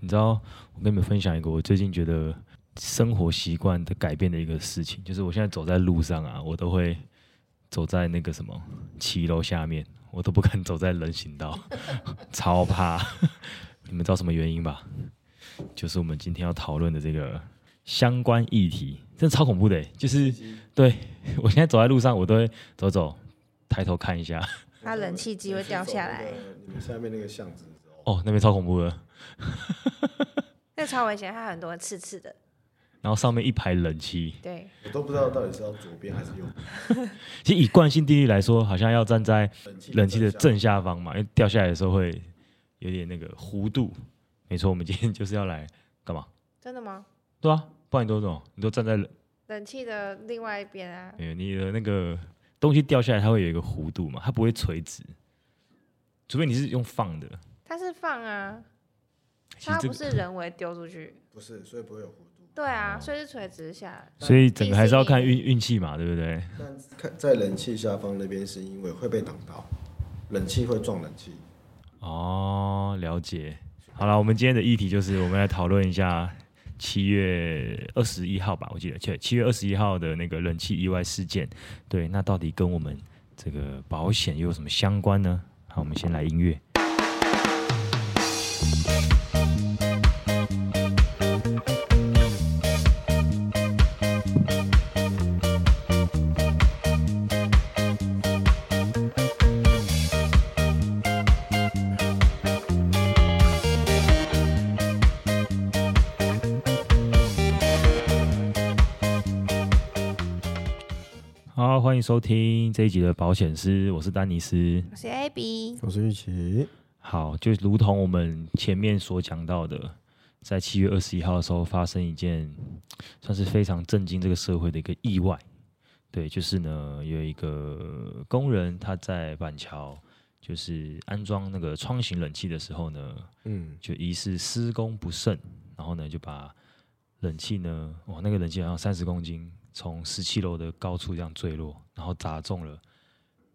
你知道，我跟你们分享一个我最近觉得生活习惯的改变的一个事情，就是我现在走在路上啊，我都会走在那个什么骑楼下面，我都不敢走在人行道， 超怕。你们知道什么原因吧？就是我们今天要讨论的这个相关议题，真的超恐怖的欸、就是对我现在走在路上，我都会走走，抬头看一下，它冷气机会掉下来，。你们下面那个巷子之后，哦，那边超恐怖的，那超危险，它很多刺刺的。然后上面一排冷气。对，我都不知道到底是要左边还是右边。其实以惯性定律来说，好像要站在冷气的正正下方嘛，因为掉下来的时候会有点那个弧度。没错，我们今天就是要来干嘛？真的吗？对啊，不然你都怎么？你都站在冷，冷气的另外一边啊，哎你的那个东西掉下来，它会有一个弧度嘛，它不会垂直，除非你是用放的。它是放啊，其实它这不个，是人为丢出去。不是，所以不会有弧度。对啊，所以是垂直下来。所以整个还是要看运运气嘛，对不对？但看在冷气下方那边，是因为会被挡到，冷气会撞冷气。哦，了解。好了，我们今天的议题就是我们来讨论一下七月二十一号吧，我记得七七月二十一号的那个人气意外事件。对，那到底跟我们这个保险又有什么相关呢？好，我们先来音乐。好，欢迎收听这一集的保险师，我是丹尼斯。我是 AB，我是玉琪，好，就如同我们前面所讲到的，在七月二十一号的时候发生一件算是非常震惊这个社会的一个意外。对，就是呢，有一个工人他在板桥就是安装那个窗型冷气的时候呢，嗯，就疑似施工不慎，然后呢就把冷气呢，哇，那个冷气好像三十公斤，从十七楼的高处这样坠落，然后砸中了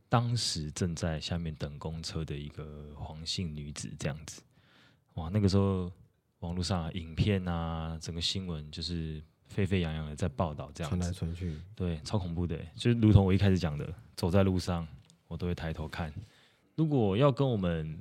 当时正在下面等公车的一个黄姓女子，这样子，哇，那个时候网络上、啊、影片啊，整个新闻就是沸沸扬扬的在报道这样子，传去，对，超恐怖的欸，就是如同我一开始讲的，走在路上我都会抬头看。如果要跟我们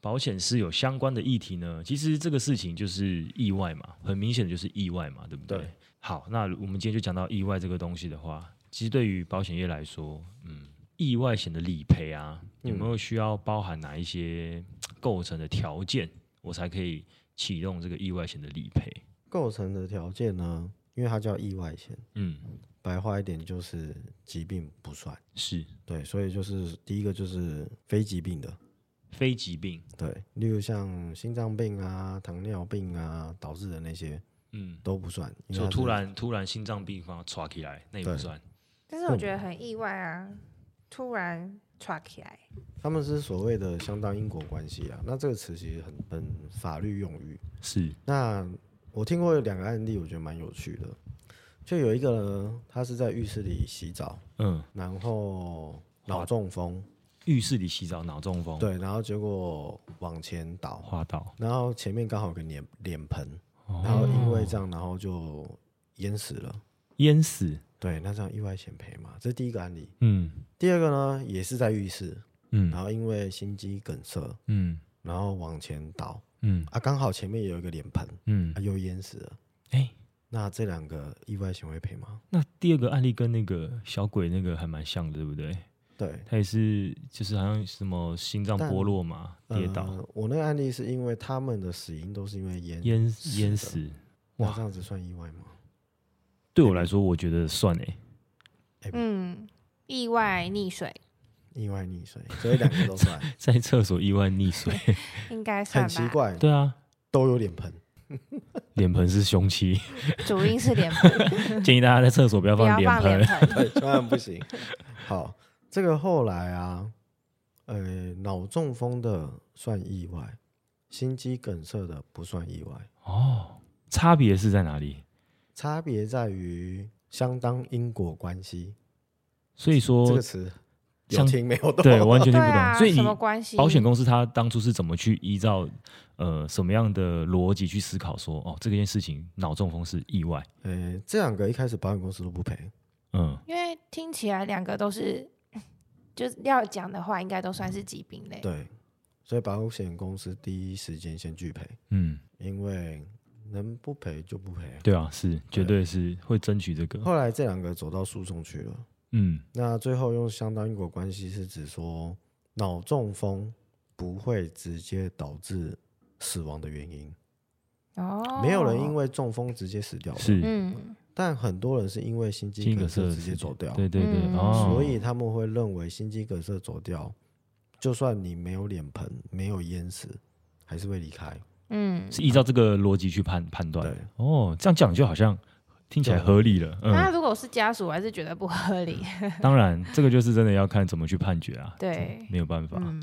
保险师有相关的议题呢，其实这个事情就是意外嘛，很明显的就是意外嘛，对不对？对好，那我们今天就讲到意外这个东西的话，其实对于保险业来说，嗯，意外险的理赔啊，有没有需要包含哪一些构成的条件，我才可以启动这个意外险的理赔？构成的条件呢，因为它叫意外险，嗯，白话一点就是疾病不算。是对，所以就是第一个就是非疾病的，非疾病，对，例如像心脏病啊、糖尿病啊导致的那些嗯。都不算，因为就它是突然突然心脏病发抓起来，那也不对算。但是我觉得很意外啊，突然抓起来。他们是所谓的相当因果关系啊。那这个词其实很很法律用语。是，那我听过有两个案例，我觉得蛮有趣的。就有一个呢，他是在浴室里洗澡，嗯，然后脑中风，浴室里洗澡脑中风，，对，然后结果往前倒，滑倒，哦然后前面刚好有个脸脸盆，然后因为这样，然后就淹死了。淹死，对，那这样意外险赔嘛，这是第一个案例。嗯第二个呢，也是在浴室，嗯然后因为心肌梗塞，嗯然后往前倒嗯啊，刚好前面有一个脸盆，嗯啊，，又淹死了。哎，那这两个意外险会赔吗？那第二个案例跟那个小鬼那个还蛮像的，对不对？对，他也是就是好像什么心脏但剥落嘛，跌倒，呃我那个案例是因为他们的死因都是因为淹，淹死淹的死。那哇这样子算意外吗？对我来说，我觉得算哎，嗯，意外溺水意外溺水，所以两个都算， 在厕所意外溺水， 应该算很奇吧？怪，对啊，都有脸盆。脸盆是凶器， 主因是脸盆，建议大家在厕所不要不要放放脸盆，盆。对，当然不行。 好，这个后来啊，呃，脑中风的算意外，心肌梗塞的不算意外，哦，差别是在哪里？差别在于相当因果关系所以说这个词有像听没有懂？对，完全听对不懂。啊，所以什你么关系？保险公司它当初是怎么去依照呃什么样的逻辑去思考说，哦，这件事情脑中风是意外，呃，这两个一开始保险公司都不赔，嗯，因为听起来两个都是，就是要讲的话，应该都算是疾病类。对，所以保险公司第一时间先拒赔，嗯，因为能不赔就不赔。对啊，是绝对是会争取这个，后来这两个走到诉讼去了，嗯那最后用相当因果关系是指说脑中风不会直接导致死亡的原因，哦，没有人因为中风直接死掉的，是嗯，但很多人是因为心肌心梗梗塞塞直接走掉，对对对，嗯哦，所以他们会认为心肌梗塞走掉，就算你没有脸盆，没有淹死，还是会离开。嗯是依照这个逻辑去判判断对的，，哦，这样讲就好像听起来对合理了，那嗯，如果是家属，我还是觉得不合理。嗯当然这个就是真的要看怎么去判决啊，对，没有办法嗯，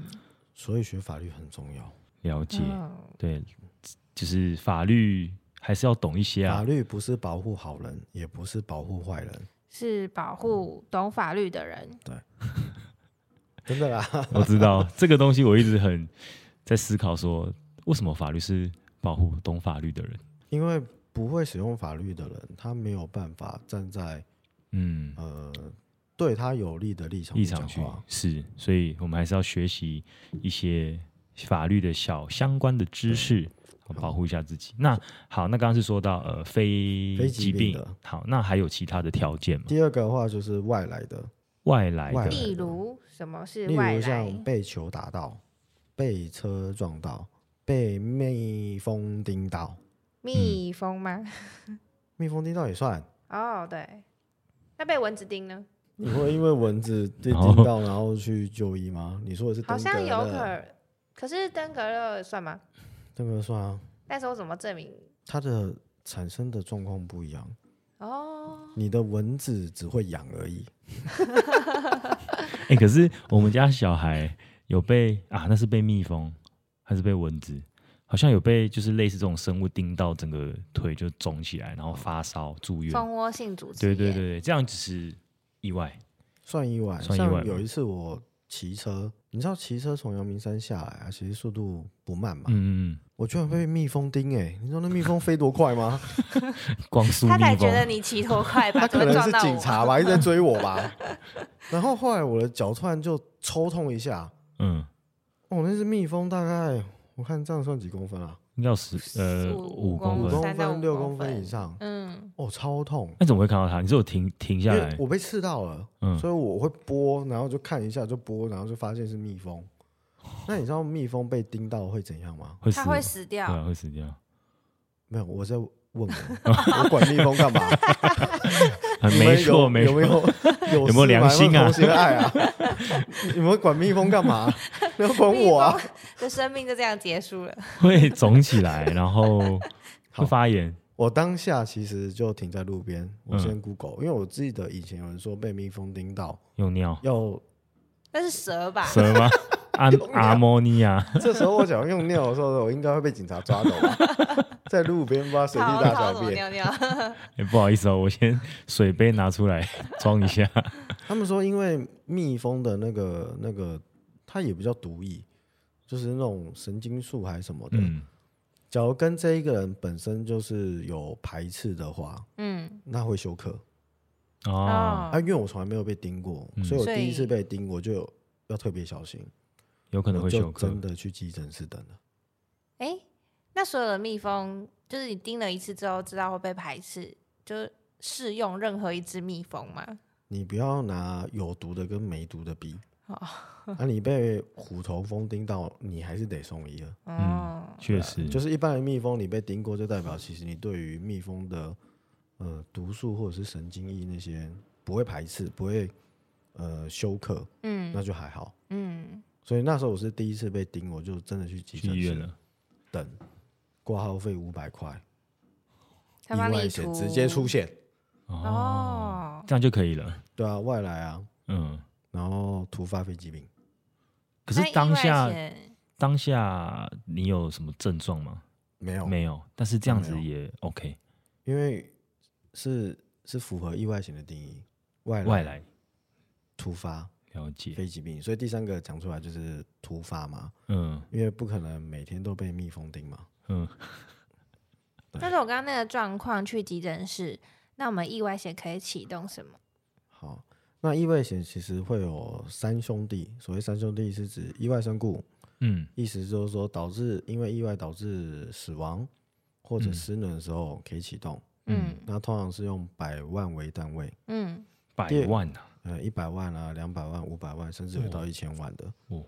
所以学法律很重要。了解，嗯对，就是法律还是要懂一些法啊，律不是保护好人，也不是保护坏人，是保护懂法律的人。 真的啦。 我知道这个东西，我一直很在思考说，为什么法律是保护懂法律的人？因为不会使用法律的人，他没有办法站在嗯，呃对他有利的立场立去场讲去话。是，所以我们还是要学习一些法律的小相关的知识，保护一下自己。那好，那刚刚是说到呃非非疾疾病病的，好，那还有其他的条件吗？第二个的话就是外来的，外来外的来例如什么是例外如来？像被球打到、被车撞到、被蜜蜂叮到，嗯蜜蜂吗？蜜蜂叮到也算。哦，对，那被蚊子叮呢？你会因为 蚊子叮然后叮到，然后去就医吗？你说的是好登革像有热，啊可，可是登革热算吗？登革热算啊，那时候怎么证明？它的产生的状况不一样。哦，你的蚊子只会痒而已， 哎、可是我们家小孩有被啊，那是被蜜蜂还是被蚊子？好像有被就是类似这种生物叮到，整个腿就肿起来，然后发烧住院。蜂窝性组织对炎。对对对，这样只是意外。算意外。算意外像有一次我骑车，你知道骑车从阳明山下来啊，其实速度不慢嘛，嗯嗯我居然被蜜蜂叮哎、你知道那蜜蜂飞多 快吗？嗯，光速他才蜜觉得蜂。你骑多 快吧，他怎可么能撞是到警我？察吧，一直在追我吧。 然后后来我的脚突然就抽痛一下，嗯，哦，那只蜜蜂大概我看这样算几公分啊？应该有十呃四五五公公五分公。三到五分、六公公分以分上，嗯，哦，超痛，那怎么会看到它？你是有停停因下为来？我被刺到了，嗯所以我会拨，然后就看一下就拨，然后就发现是蜜蜂。那你知道蜜蜂被叮到会怎样吗？会死他吗，会死对掉。啊，会死 掉。没有，我在问 我，我管蜜蜂干嘛？啊，你们没错有没有没错。有有有没有良心啊同爱啊？ 你们管蜜蜂干 嘛？你要管我啊？蜜蜂 的生命就这样结束了。 会肿起来，然 后会发炎。我当下其实就停在路边，我嗯先 Google，、因为我记得以前有人说被蜜蜂叮到用尿要，那是蛇吧？蛇 吗？阿阿莫尼亚。这时候我想用尿的时候，我应该会被警察抓走 吧，在路边不知道随地掏大掏什小么便。尿尿？ 哎、不好意思哦，我先水杯拿出来 装一 下。他们说，因为蜜蜂的那个那个，它也不叫毒液，就是那种神经素还是什么的。嗯，假如跟这一个人本身就是有排斥的话，嗯，那会休克。哦，啊，因为我从来没有被叮过，嗯所以我第一所次以被叮，我就有要特别小心，有可能我会就休克真。的去急诊室等了。哎，那所有的蜜蜂，就是你叮了一次之后，知道会被排斥，就是适用任何一只蜜蜂吗？你不要拿有毒的跟没毒 的比。哦那、你被虎头蜂叮到，你还是得送医了。哦，嗯确实，就是一般的蜜蜂，你被叮过，就代表其实你对于蜜蜂的呃毒素或者是神经液那些不会排斥，不会呃休克，嗯那就还好。嗯，所以那时候我是第一次被叮，我就真的去急去诊医院室了。等，挂号费五百块，他意帮外你险涂直接出现。哦，哦，这样就可以了。对啊，外来啊，嗯，然后突发肺疾病，可是那意当外下险当下你有什么症状吗？没有，没有，但是这样子没也 OK。因为是是符合意外险的定义，外来外来突发了解，非疾病，所以第三个讲出来就是突发嘛，嗯因为不可能每天都被蜜蜂叮嘛。嗯，但是我刚刚那个状况去急诊室，那我们意外险可以启动什么？好，那意外险其实会有三兄弟，所谓三兄弟是指意外身故，嗯意思就是说导致因为意外导致死亡或者嗯失能的时候可以启动，嗯嗯那通常是用百万为单位，嗯，百第二万呐、呃，一百万啊，两百万、五百万，甚至有到一千万的。哦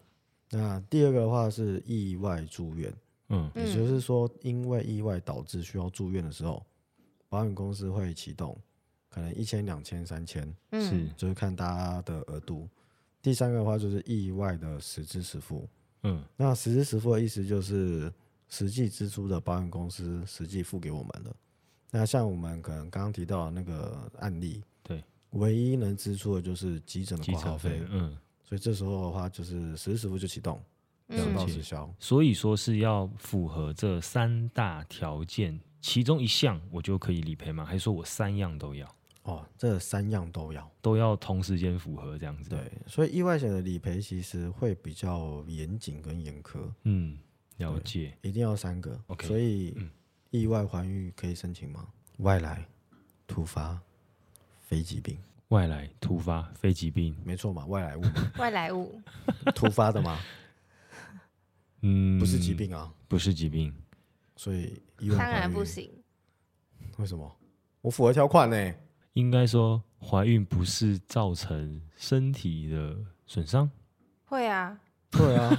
那第二个的话是意外住院，嗯也就是说，因为意外导致需要住院的时候，保险公司会启动可能一千、两千、三千，嗯是，就是看大家的额度。第三个的话就是意外的实支实付，嗯那实支实付的意思就是实际支出的保险公司实际付给我们的。那像我们可能刚刚提到的那个案例，对，唯一能支出的就是急诊的机挂车号费费，，嗯，所以这时候的话就是实时实付就启动，解实嗯报实销。所以说是要符合这三大条件，其中一项我就可以理赔吗？还是说我三样都要，哦，这三样都要。都要同时间符合这样子？，对，所以意外险的理赔其实会比较严谨跟严苛，嗯，了解。一定要三个。 OK，所以意外怀孕可以申请吗？嗯外来、突发、非疾病，外来、突发、非疾病，没错嘛，外来物嘛外来物， 突发的 嘛，嗯，不是疾，病啊，不是疾病，所以意外当怀然孕不。行。为什么？我符合条款呢、应该说怀孕不是造成身体的损伤，会啊，对啊，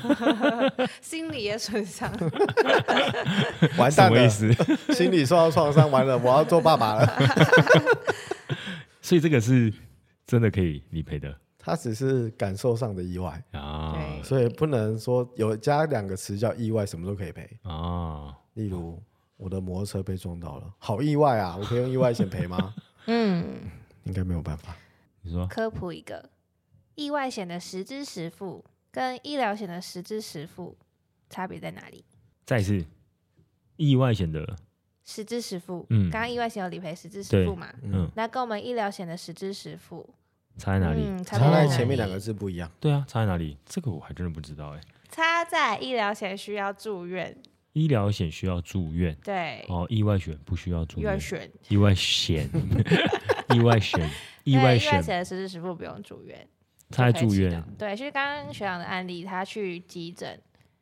心理也损伤。 完什蛋么了意，思？ 心理受到创伤，完了，我要做爸爸了。 所以这个是真的可以理赔的他只是感受上的意外，啊对所以不能说有加两个词叫意外，什么都可以赔。啊！例如我的摩托车被撞到了，好意外啊！我可以用意外险赔吗？嗯， 应该没有办法。你说科普一个，意外险的实支实付跟医疗险的实支实付差别在哪里？再一次意外险的，实支实付，嗯刚刚意外险有理赔实支对实付嘛？嗯，那跟我们医疗险的实支实付差在哪里？嗯差它在在哪前面里两个字不一样，对啊，差在哪里？这个我还真的不知道哎、差在医疗险需要住院，医疗险需要住院对，哦，意外险不需要住医疗院。险，意外险， 意外险，意对外意外险，险的实支实付不用住院，他在就可以住启院动。对，就是刚刚学长的案例，他去急诊，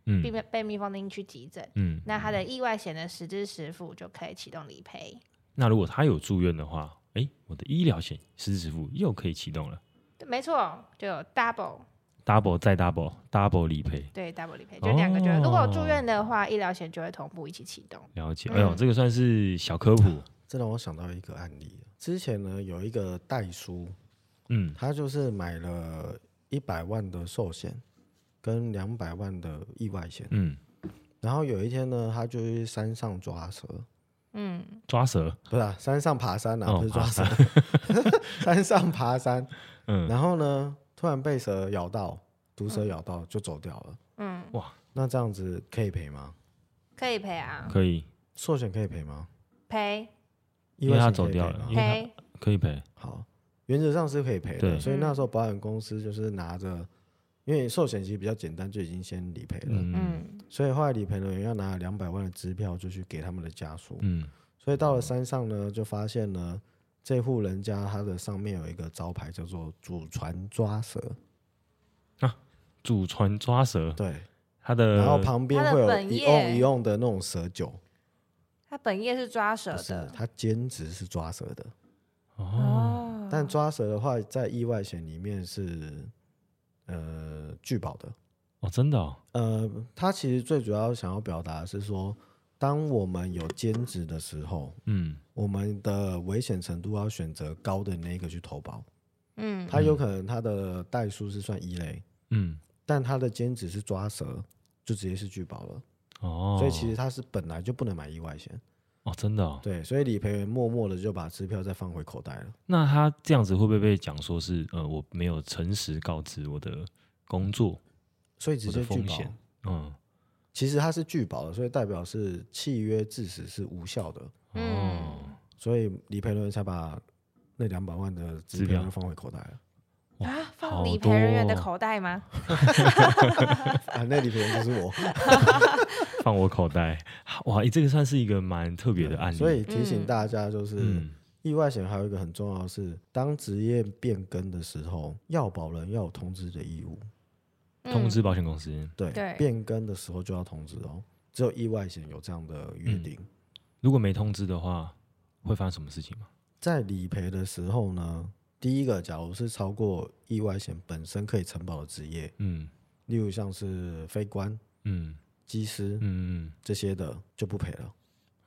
被嗯蜜被蜜蜂叮去急诊，嗯。那他的意外险的实支实付就可以启动理赔，那如果他有住院的话，哎，我的医疗险实支实付又可以启动了对没错，就有 double。 ，double 再 double，double 理赔。对，double 理哦赔就两个就，如果住院的话，医疗险就会同步一起启动。了解，嗯哎呦，这个算是小科普。这让我想到一个案例。之前呢，有一个代叔，嗯他就是买了一百万的寿险跟两百万的意外险，嗯，然后有一天呢，他就去山上抓蛇，嗯，抓蛇，不是、啊、山上爬山啊，哦不是抓爬蛇， 山上爬山。嗯然后呢，突然被蛇咬到，毒蛇咬到就走掉了。嗯，那这样子可以赔吗？可以赔啊，可以，寿险可以赔吗？赔意因为外它险走可以赔掉了吗因为它赔，可以赔。好，原则上是可以赔的。对嗯所以那时候保险公司就是拿着，因为寿险其实比较简单，就已经先理赔了。嗯嗯所以后来理赔人员要拿两百万的支票，就去给他们的家属。嗯所以到了山上呢，就发现呢，这户人家他的上面有一个招牌叫做“祖传抓蛇嗯祖传抓”，蛇，对，它的然后旁边它的会有本一业瓮一瓮的那种蛇酒。他本业是抓蛇不是的，嗯他兼职是抓蛇的，哦，哦，但抓蛇的话，在意外险里面是呃拒保的。哦，真的哦，呃，他其实最主要想要表达的是说，当我们有兼职的时候，嗯我们的危险程度要选择高的那一个去投保。嗯他有可能他的代数是算一类，嗯，但他的兼职是抓蛇，就直接是拒保了。哦，所以其实他是本来就不能买意外险，哦，真的哦。对，所以理赔员默默的就把支票再放回口袋了。那他这样子会不会被讲说是呃，我没有诚实告知我的工作，所以直我的接拒风保险？嗯，其实它是拒保的，所以代表是契约致死是无效的，哦，所以理赔人才把那两百万的支支票票放回口袋了。啊，好放理赔人员的多哦口袋吗？啊，那里边就 是我放我口袋。 哇，诶这个算是一个蛮特别的案例。 所以提醒嗯大家就是。嗯，意外险还有一个很重要的是，当职业变更的时候，要保人要有通知的义务。通嗯知保险公司，对，对变更的时候就要通知哦。只有意外险有这样的嗯约定。如果没通知的话，会发生什么事情吗？在理赔的时候呢，第一个，假如是超过意外险本身可以承保的职业，嗯例如像是飞官、嗯机师嗯嗯，这些的，就不赔了。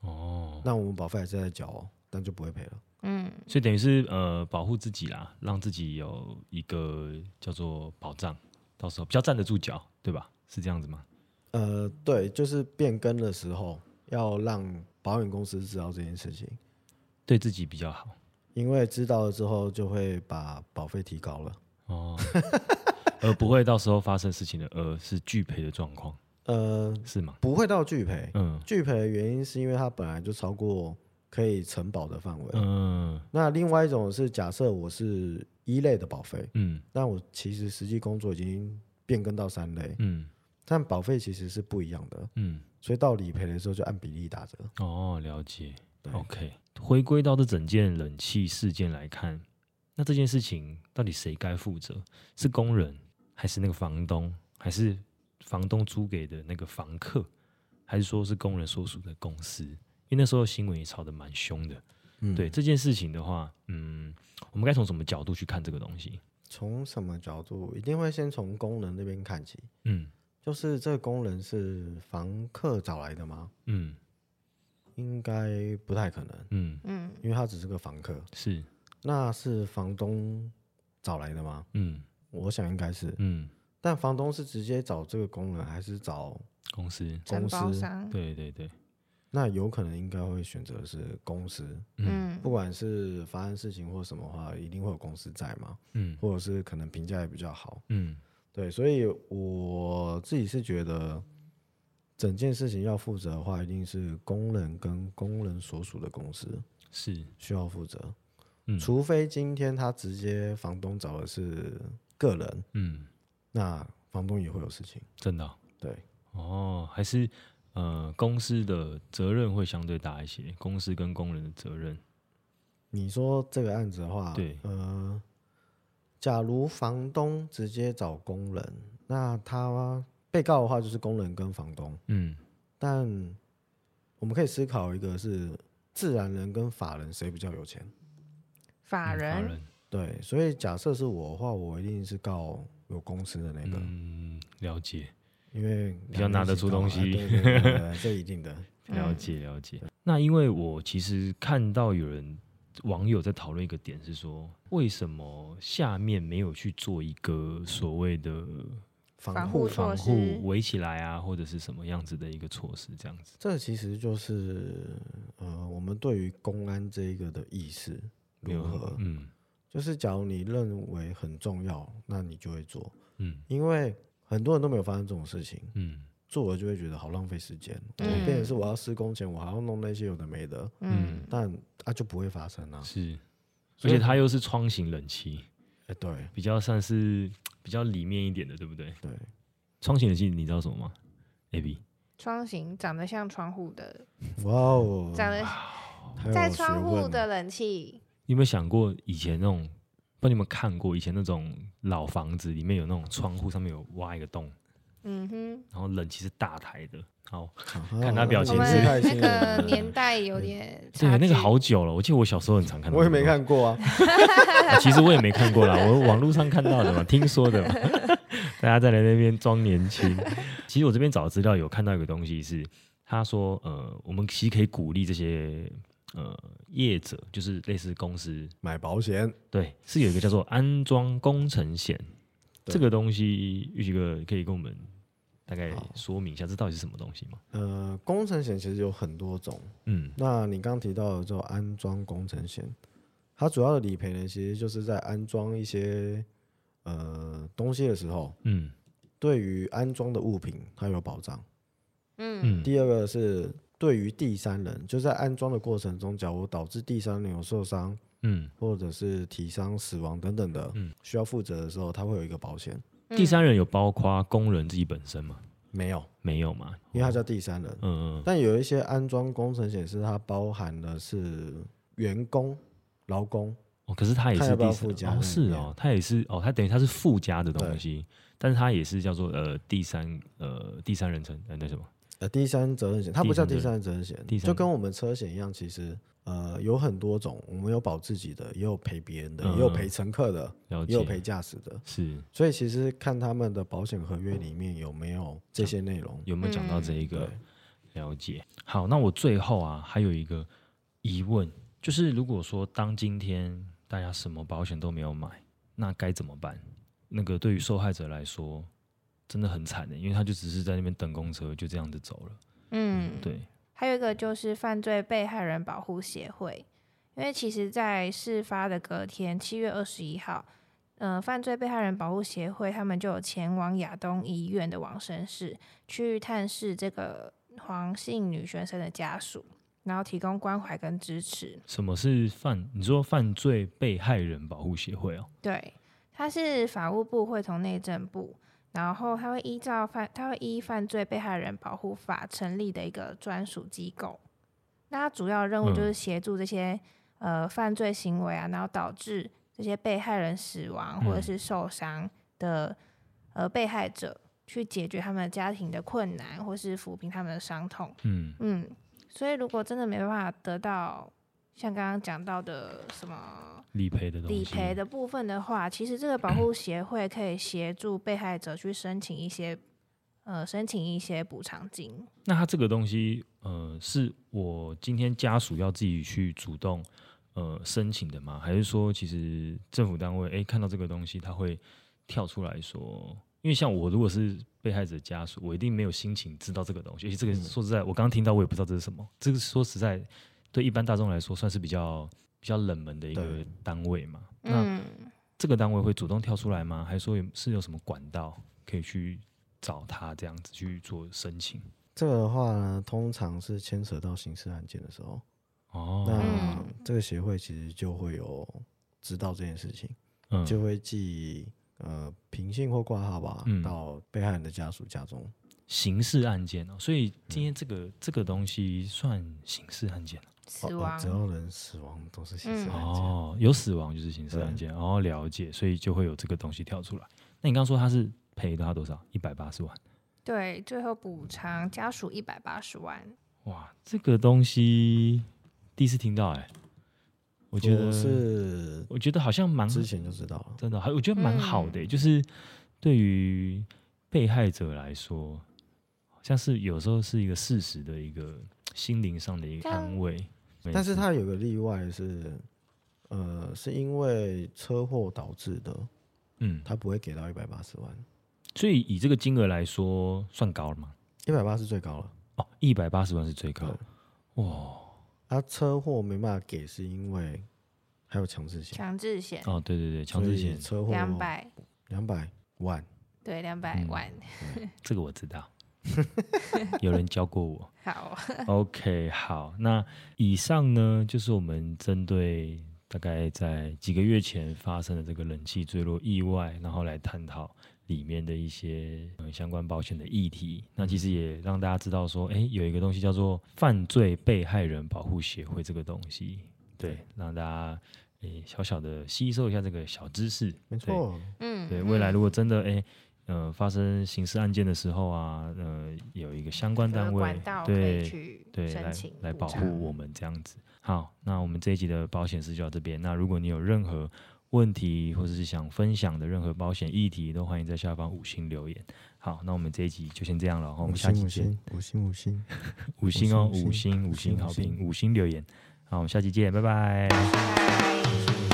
哦，那我们保费还是在缴哦，但就不会赔了。嗯，所以等于是呃保护自己啦，让自己有一个叫做保障，到时候比较站得住脚，对吧？是这样子吗？呃，对，就是变更的时候要让保险公司知道这件事情，对自己比较好。因为知道了之后就会把保费提高了。哦，而不会到时候发生事情的，呃，是拒赔的状况，呃，是吗？不会到拒赔，嗯拒赔的原因是因为它本来就超过可以承保的范围。嗯那另外一种是，假设我是一类的保费，嗯但我其实实际工作已经变更到三类，嗯但保费其实是不一样的，嗯，所以到理赔的时候就按比例打折。哦，了解。对 OK，回归到这整件冷气事件来看，那这件事情到底谁该负责？是工人，还是那个房东，还是房东租给的那个房客，还是说是工人所属的公司？因为那时候新闻也炒得蛮凶的。嗯对，这件事情的话，嗯，我们该从什么角度去看这个东西？从什么角度，一定会先从工人那边看起，嗯就是这个工人是房客找来的吗？嗯应该不太可能，嗯，嗯因为他只是个房客。是，那是房东找来的吗？嗯我想应该是，嗯，但房东是直接找这个工人，还是找？公司，承公包司商，对对对，那有可能应该会选择是公司，嗯不管是发生事情或什么的话，一定会有公司在嘛，嗯或者是可能评价也比较好。嗯对，所以我自己是觉得，整件事情要负责的话，一定是工人跟工人所属的公司是，需要负责，嗯除非今天他直接房东找的是个人，嗯，那房东也会有事情。真的哦、对，哦，还是呃，公司的责任会相对大一些，公司跟工人的责任，你说这个案子的话，对呃，假如房东直接找工人，那他被告的话就是工人跟房东，嗯但我们可以思考一个是自然人跟法人谁比较有钱？法嗯人，对，所以假设是我的话，我一定是告有公司的那个，嗯，了解因为比较拿得出东西啊对对对对对这一定的。嗯了解了解。那因为我其实看到有人网友在讨论一个点是说，为什么下面没有去做一个所谓的防防护护法，措防施护围起来啊，或者是什么样子的一个措施，这样子，这其实就是呃，我们对于公安这一个的意识没有如何？嗯就是假如你认为很重要，那你就会做，嗯因为很多人都没有发生这种事情，嗯做了就会觉得好浪费时间。嗯我变成是我要施工前，我还要弄那些有的没的，嗯但啊就不会发生啊。是，而所以且它又是窗型冷气，哎，对比较算是比较里面一点的，对不对？对，窗型冷气你知道什么吗？A B，窗型长得像窗户的，哇嗯哦，长得还有在学窗户问啊的冷气，你有没有想过以前那种？不知道你有没有看过以前那种老房子里面有那种窗户上面有挖一个洞，嗯哼，然后冷气是大台的。好，啊 看他表那情我是真是们太那 新了个 年代有点 对差，那个距，好久了，我记得我小时候很常看到。我也没、看过啊。 啊，其实我也没看过啦， 我网络上看到的嘛，听说的嘛。大家在那边装年轻。其实我这边找资料有看到一个东西是，他说呃，我们其实可以鼓励这些呃业者，就是类似公司买保险，对，是有一个叫做安装工程险，对这个东西，玉琪哥可以跟我们大概好说明一下，这到底是什么东西吗？呃，工程险其实有很多种。嗯那你刚提到的这种安装工程险，它主要的理赔呢，其实就是在安装一些呃东西的时候，嗯对于安装的物品它有保障。嗯嗯第二个是对于第三人，就在安装的过程中，假如导致第三人有受伤嗯，或者是体伤、死亡等等的，需要负责的时候，它会有一个保险。嗯第三人有包括工人自己本身吗？没有，没有嘛？因为它叫第三人。嗯嗯但有一些安装工程显示，它包含的是员工、劳工，哦，可是他也看是要不第要三附加哦，在是里哦面，他也是哦，他等于他是附加的东对西，但是他也是叫做呃第三呃第三人称呃那什么呃，第三责任险，它第不叫三第责三责任险第，就三跟我们车险一样，其实呃有很多种，我们有保自己的，也有赔别人的，也有嗯赔乘客的，了也有赔解驾驶的。是所以其实看他们的保险合约里面有没有这些内容。有没有讲到这一对个、，了解。好，那我最后啊，还有一个疑问，就是如果说当今天大家什么保险都没有买，那该怎么办？那个对于受害者来说，真的很惨的，因为他就只是在那边等公车，就这样子走了。嗯，对，还有一个就是犯罪被害人保护协会，因为其实，在事发的隔天，七月二十一号，呃，犯罪被害人保护协会他们就有前往亚东医院的往生室去探视这个黄姓女学生的家属，然后提供关怀跟支持。什么是犯？你说犯罪被害人保护协会哦？对，它是法务部会同内政部，然后它会依照犯，它会依犯罪被害人保护法成立的一个专属机构。那它主要任务就是协助这些、呃犯罪行为啊，然后导致这些被害人死亡或者嗯是受伤的、呃被害者，去解决他们家庭的困难，或是抚平他们的伤痛。嗯，嗯，所以如果真的没办法得到像刚刚讲到的什么理赔的东西。理赔的部分的话，其实这个保 护协会可以协助被害者去申请一些，呃，申请一些补偿金。那他这个东西，呃，是我今天家属要自己去主动呃申请的吗？还是说，其实政府单位诶看到这个东西，他会跳出来说？因为像我如果是被害者家属，我一定没有心情知道这个东西。而且这个说实在，我刚刚听到我也不知道这是什么。这个说实在，对一般大众来说算是比较比较冷门的一个对单位嘛。那哦嗯，这个单位会主动跳出来吗？还是说有是有什么管道可以去找他这样子去做申请？这个的话呢，通常是牵扯到刑事案件的时候，哦，那嗯这个协会其实就会有知道这件事情，嗯就会寄呃平信或挂号吧、嗯到被害人的家属家中。刑事案件哦，所嗯以今天这个、这个东西算刑事案件死哦亡，只要人死亡都是刑事嗯案件。哦，有死亡就是刑事嗯案件哦，了解，所以就会有这个东西跳出来。那你刚刚说他是赔了他多少？一百八十万，对，最后补偿家属一百八十万。哇，这个东西第一次听到哎、我我觉得是我觉得好像蛮之前就知道了，真的，还我觉得蛮好的欸、就是对于被害者来说，好像是有时候是一个事实的一个心灵上的一个这样安慰，但是它有个例外是，呃，是因为车祸导致的，嗯。他不会给到一百八十万，所以以这个金额来说，算高了吗？一百八是最高了。哦，一百八十万是最高对。哇，他啊车祸没办法给，是因为还有强制险，强制险哦，对对对，强制所以险车祸两百，两百万，对，两百嗯万。这个我知道， 有人教过我。好， OK，好，那以上呢就是我们针对大概在几个月前发生的这个冷气坠落意外，然后来探讨里面的一些、呃、相关保险的议题。那其实也让大家知道说，诶，有一个东西叫做犯罪被害人保护协会这个东西，对，让大家诶小小的吸收一下这个小知识。没错，嗯，对未来嗯如果真的诶，呃，发生刑事案件的时候啊，呃，有一个相关有单位管道可对以去对，申来请来补保偿护我们这样子。好，那我们这一集的保险师就到这边。那如果你有任何问题或者是想分享的任何保险议题，都欢迎在下方五星留言。好，那我们这一集就先这样了，我五们下星期见。五星五星五星。五星哦，五五星星五五星星好五星评，五星留言。好，我们下期见，拜拜。拜拜